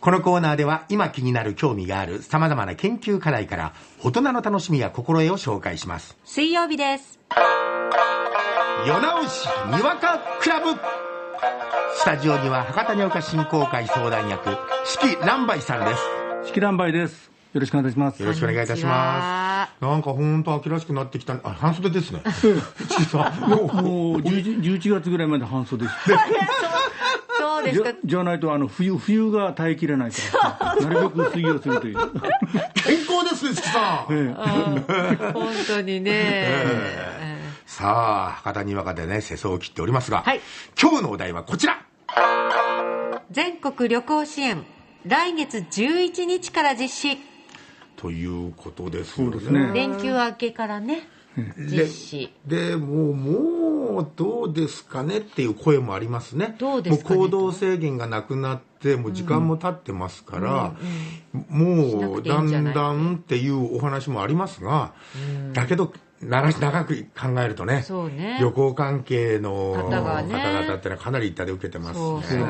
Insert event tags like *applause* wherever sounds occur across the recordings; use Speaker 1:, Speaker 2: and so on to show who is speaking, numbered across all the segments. Speaker 1: このコーナーでは今気になる興味がある様々な研究課題から大人の楽しみや心得を紹介します。
Speaker 2: 水曜日です。
Speaker 1: 夜直しにわかクラブスタジオには博多に岡振興会相談役、四季蘭梅さんです。
Speaker 3: 式乱売です。よろしくお願いします
Speaker 1: よ。ろしくお願いいたします。なんか本当秋らしくなってきたね。あ、半袖です *laughs* ね。ちいさんもう
Speaker 3: もう11 11月ぐらいまで半袖です。
Speaker 2: そうで
Speaker 3: じ
Speaker 2: す
Speaker 3: ゃ
Speaker 2: か。
Speaker 3: じゃないとあの冬冬が耐えきれないから、
Speaker 1: *laughs*
Speaker 3: なるべく水をするとい
Speaker 1: 健
Speaker 3: う。
Speaker 1: 康ですね、四季さん。
Speaker 2: 本当にね。
Speaker 1: さあ、博多にわかでね、世相を切っておりますが、
Speaker 2: はい
Speaker 1: 今日のお題はこちら。
Speaker 2: 全国旅行支援、来月11日から実施。
Speaker 1: ということですよね。
Speaker 3: ですね
Speaker 2: 連休明けからね、実施。
Speaker 1: でもうもうどうですかねっていう声もありますね
Speaker 2: どうですかね
Speaker 1: もう行動制限がなくなってもう時間も経ってますから、
Speaker 2: な
Speaker 1: も
Speaker 2: く
Speaker 1: う
Speaker 2: ていい
Speaker 1: だ
Speaker 2: んじゃ
Speaker 1: ん
Speaker 2: ない
Speaker 1: だんっていうお話もありますが、だけどなら長く考えるとね
Speaker 2: そうね
Speaker 1: 旅行関係の
Speaker 2: 方がね
Speaker 1: 方々ってのはかなり痛手を受けてますね
Speaker 2: そうそう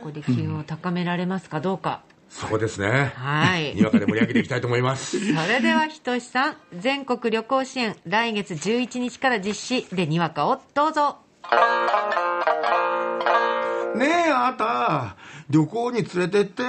Speaker 2: ここで機運を高められますかどうか。
Speaker 1: そうですね
Speaker 2: はい
Speaker 1: に。わかで盛り上げていきたいと思います
Speaker 2: それでは、ひとしさん、全国旅行支援、来月11日から実施で、にわかをどうぞ。
Speaker 1: ねえあなた旅行に連れてって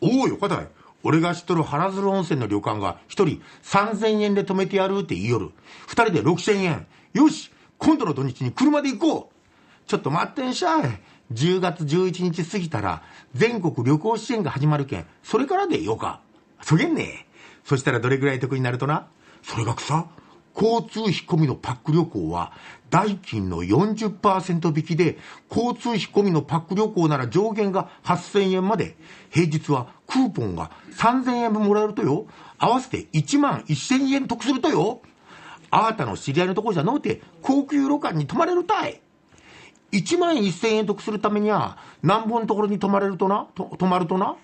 Speaker 1: おおよかたい俺が知っとる原鶴温泉の旅館が一人3000円で泊めてやるって言いよる二人で6000円よし今度の土日に車で行こうちょっと待ってんしゃい10月11日過ぎたら全国旅行支援が始まるけんそれからでよかそげんねそしたらどれぐらい得になるとなそれがくさ交通費込みのパック旅行は代金の40%引きで交通費込みのパック旅行なら上限が8000円まで平日はクーポンが3000円分もらえるとよ合わせて1万1000円得するとよあなたの知り合いのところじゃのうて高級旅館に泊まれるたい1万1000円得するためには何本のところに泊まれるとなと泊まるとな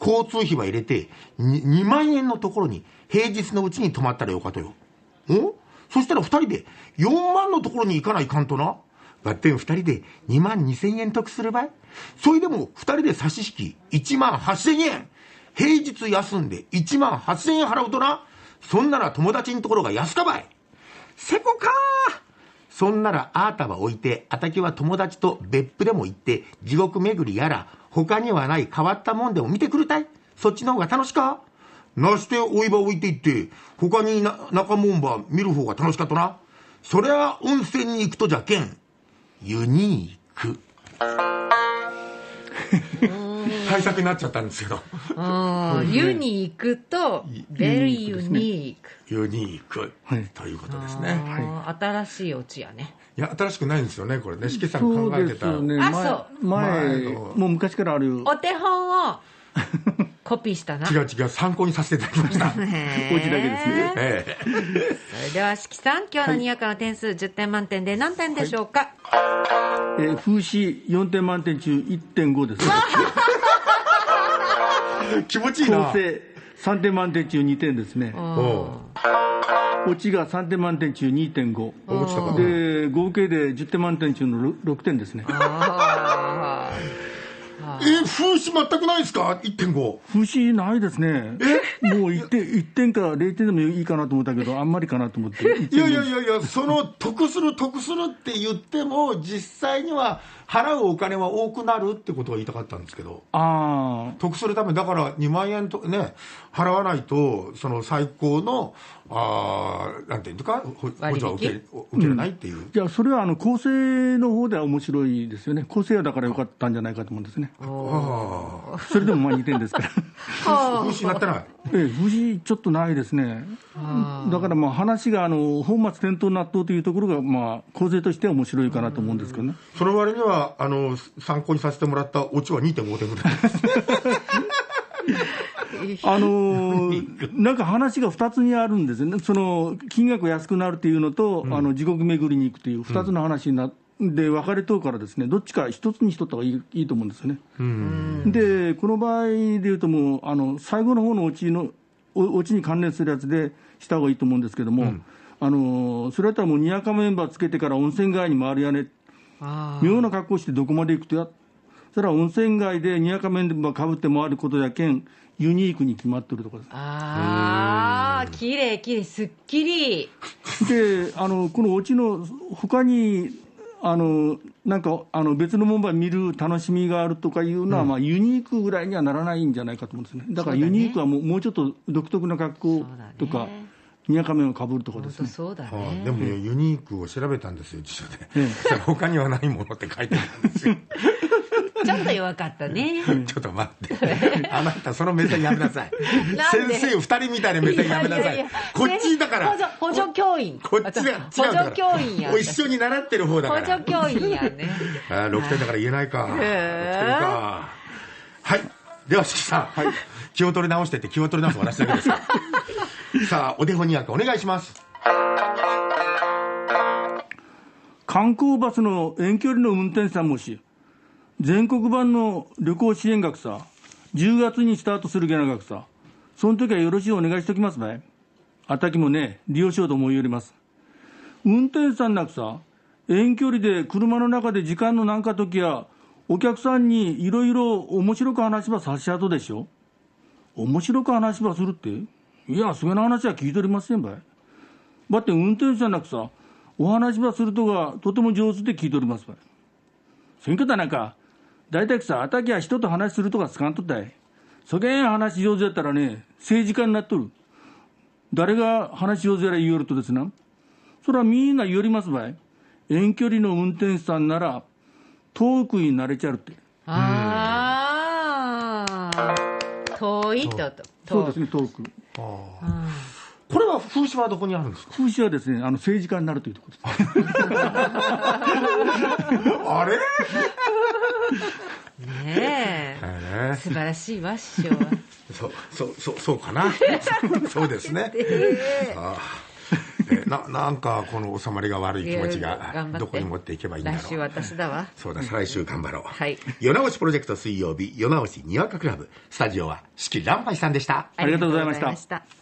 Speaker 1: 交通費は入れてに 2, 万円のところに平日のうちに泊まったらよかとよんそしたら2人で4万のところに行かないかんとなばってん2人で2万2000円得するばいそれでも2人で差し引き1万8000円平日休んで1万8000円払うとなそんなら友達のところが安かばいせこかそんならあーたは置いてあたきは友達と別府でも行って地獄巡りやら他にはない変わったもんでも見てくるたいそっちの方が楽しかなしておいば置いて行って他にな中門ば見る方が楽しかったなそりゃ温泉に行くとじゃけんユニーク対策になっちゃったんですけど
Speaker 2: うん、湯に行くと、ベリーユニーク。
Speaker 1: ユニーク、
Speaker 3: はい
Speaker 1: ということですね
Speaker 2: あー新しいオチやね。
Speaker 1: いや新しくないんですよねこれねしけさん
Speaker 3: そ
Speaker 1: 考
Speaker 3: う
Speaker 1: え
Speaker 3: で
Speaker 1: て
Speaker 3: す
Speaker 1: た
Speaker 3: よね。
Speaker 2: あ
Speaker 3: 前
Speaker 2: そう
Speaker 3: 前
Speaker 1: 前の
Speaker 3: もう昔からある。
Speaker 2: お手本をコピーした
Speaker 1: *laughs*
Speaker 2: な。
Speaker 1: 違う違う参考にさせていただきました、
Speaker 2: へー
Speaker 3: お家だけですね。
Speaker 1: ええ
Speaker 2: それでは、しきさん、今日のにわかの点数、10点満点で何点でしょうか、
Speaker 3: えー風刺4点満点中1.5です。
Speaker 1: 気持ちいいな
Speaker 3: 構。成3点満点中2点ですね。
Speaker 1: お
Speaker 3: 落ちが3点満点中2.5。
Speaker 1: う落ちたか。
Speaker 3: で合計で10点満点中の 6, 点ですね
Speaker 2: あー
Speaker 1: え、風刺全くないですか ?1.5。
Speaker 3: 不思議ないですねもう1点 ,1 点か0点でもいいかなと思ったけどあんまりかなと思って
Speaker 1: いやいやいやいや、その、得する得するって言っても、実際には払うお金は多くなるってことは言いたかったんですけど。
Speaker 3: ああ
Speaker 1: 得するため、だから2万円とね、払わないと、その最高の、ああ、なんていうのか、ほ補
Speaker 2: 割
Speaker 1: 助
Speaker 2: 引
Speaker 1: は受けれ受けれないっていう。
Speaker 3: じゃあそれはあの構成の方では面白いですよね構成はだから良かったんじゃないかと思うんですね
Speaker 1: ああ。
Speaker 3: それでもまあ2点で
Speaker 1: *laughs*
Speaker 3: すから
Speaker 1: 風刺になってない。
Speaker 3: ええ不思議ちょっとないですねだからまあ話があの本末転倒納豆というところがまあ構成としては面白いかなと思うんですけどね
Speaker 1: その割には、あの、参考にさせてもらったオチは2.5点ぐらいです。
Speaker 3: あのーなんか話が2つにあるんですよね、その金額が安くなるというのと、あの地獄巡りに行くという2つの話になで分かれとうから、ですねどっちか1つにしとった方がいいいいと思うんですよね。で、この場合でいうと、もうあの最後の方のオチのおオチに関連するやつでした方がいいと思うんですけども、あのーそれだったらもう、にやかメンバーつけてから温泉街に回るやね、
Speaker 2: あ
Speaker 3: 妙な格好してどこまで行くとや、それは温泉街でにわか面でかぶって回ることやけん、ユニークに決まっとると
Speaker 2: *laughs*
Speaker 3: かです。
Speaker 2: ああ綺麗綺麗すっきり
Speaker 3: であのこのオチの他にあのなんかあの別の門番見る楽しみがあるとかいうのは、まあ、ユニークぐらいにはならないんじゃないかと思うんですねだから
Speaker 2: そうだ
Speaker 3: ユ
Speaker 2: ね
Speaker 3: ニークはもう,、もうちょっと独特な格好と
Speaker 2: そうだ
Speaker 3: か
Speaker 2: ね
Speaker 3: にやか面をかぶるとかで
Speaker 2: 本
Speaker 3: す
Speaker 2: 当
Speaker 3: ね
Speaker 2: そうだ
Speaker 1: は
Speaker 2: ね
Speaker 1: あ、でもね、ユニークを調べたんですよ、辞書で。そしたら *laughs* 他にはないものって書いてあるんですよ。
Speaker 2: ちょっと弱かっ
Speaker 1: *laughs*
Speaker 2: たね
Speaker 1: ちょっと待って。 *laughs* あなた、その目線やめなさい。
Speaker 2: *laughs* なんで
Speaker 1: 先生二人みたいな目線やめなさい。こっちだか
Speaker 2: 補助
Speaker 1: ら。
Speaker 2: 補助教員
Speaker 1: こっちが違う
Speaker 2: 補
Speaker 1: だから。
Speaker 2: 助教員や
Speaker 1: お一緒に習ってる方だ
Speaker 2: 補
Speaker 1: から。
Speaker 2: 助教員
Speaker 1: *laughs*
Speaker 2: やね
Speaker 1: あー6点だから言えないか、
Speaker 2: へ
Speaker 1: 6
Speaker 2: ー
Speaker 1: 点かはいでは鈴木さん、気を取り直してって気を取り直す私だけです
Speaker 2: *laughs*
Speaker 1: からさあお手本に役お願いします
Speaker 3: 観光バスの遠距離の運転手さんもし全国版の旅行支援学さ10月にスタートするげな学さその時はよろしいお願いしときますばいあたきもね利用しようと思いよります運転手さんなくさ遠距離で車の中で時間のなんか時やお客さんにいろいろ面白く話ば差し後でしょ面白く話ばするっていやそげな話は聞いておりませんばいだって運転手じゃなくさお話ばするとがとても上手で聞いておりますばい選挙だなんか大体さあたきは人と話するとかつかんとったいそげん話上手やったらね政治家になっとる誰が話上手やら言いよるとですなそれはみんな言いよりますばい遠距離の運転手さんなら遠くに慣れちゃるって
Speaker 2: ああ遠いとと
Speaker 3: そうですね遠く
Speaker 1: これは風刺はどこにあるんですか
Speaker 3: 風刺はですねあの政治家になるというところです
Speaker 1: あれ、
Speaker 2: ねえ
Speaker 1: え
Speaker 2: 素晴らしいわ師匠
Speaker 1: *laughs*
Speaker 2: は
Speaker 1: ーそうそうそう *laughs* そうか
Speaker 2: *laughs*
Speaker 1: なそうですねあーえーななんかこの収まりが悪い気持ち
Speaker 2: いや
Speaker 1: が
Speaker 2: 頑張って
Speaker 1: どこに持っていけばいいんだろ
Speaker 2: 来
Speaker 1: う
Speaker 2: 週私だわ
Speaker 1: そうだ、再来週頑張ろう。
Speaker 2: はい
Speaker 1: 夜直しプロジェクト水曜日、夜直しにわかクラブ。スタジオは四季乱梅さんでした。
Speaker 3: ありがとうございました
Speaker 2: ありがとうございました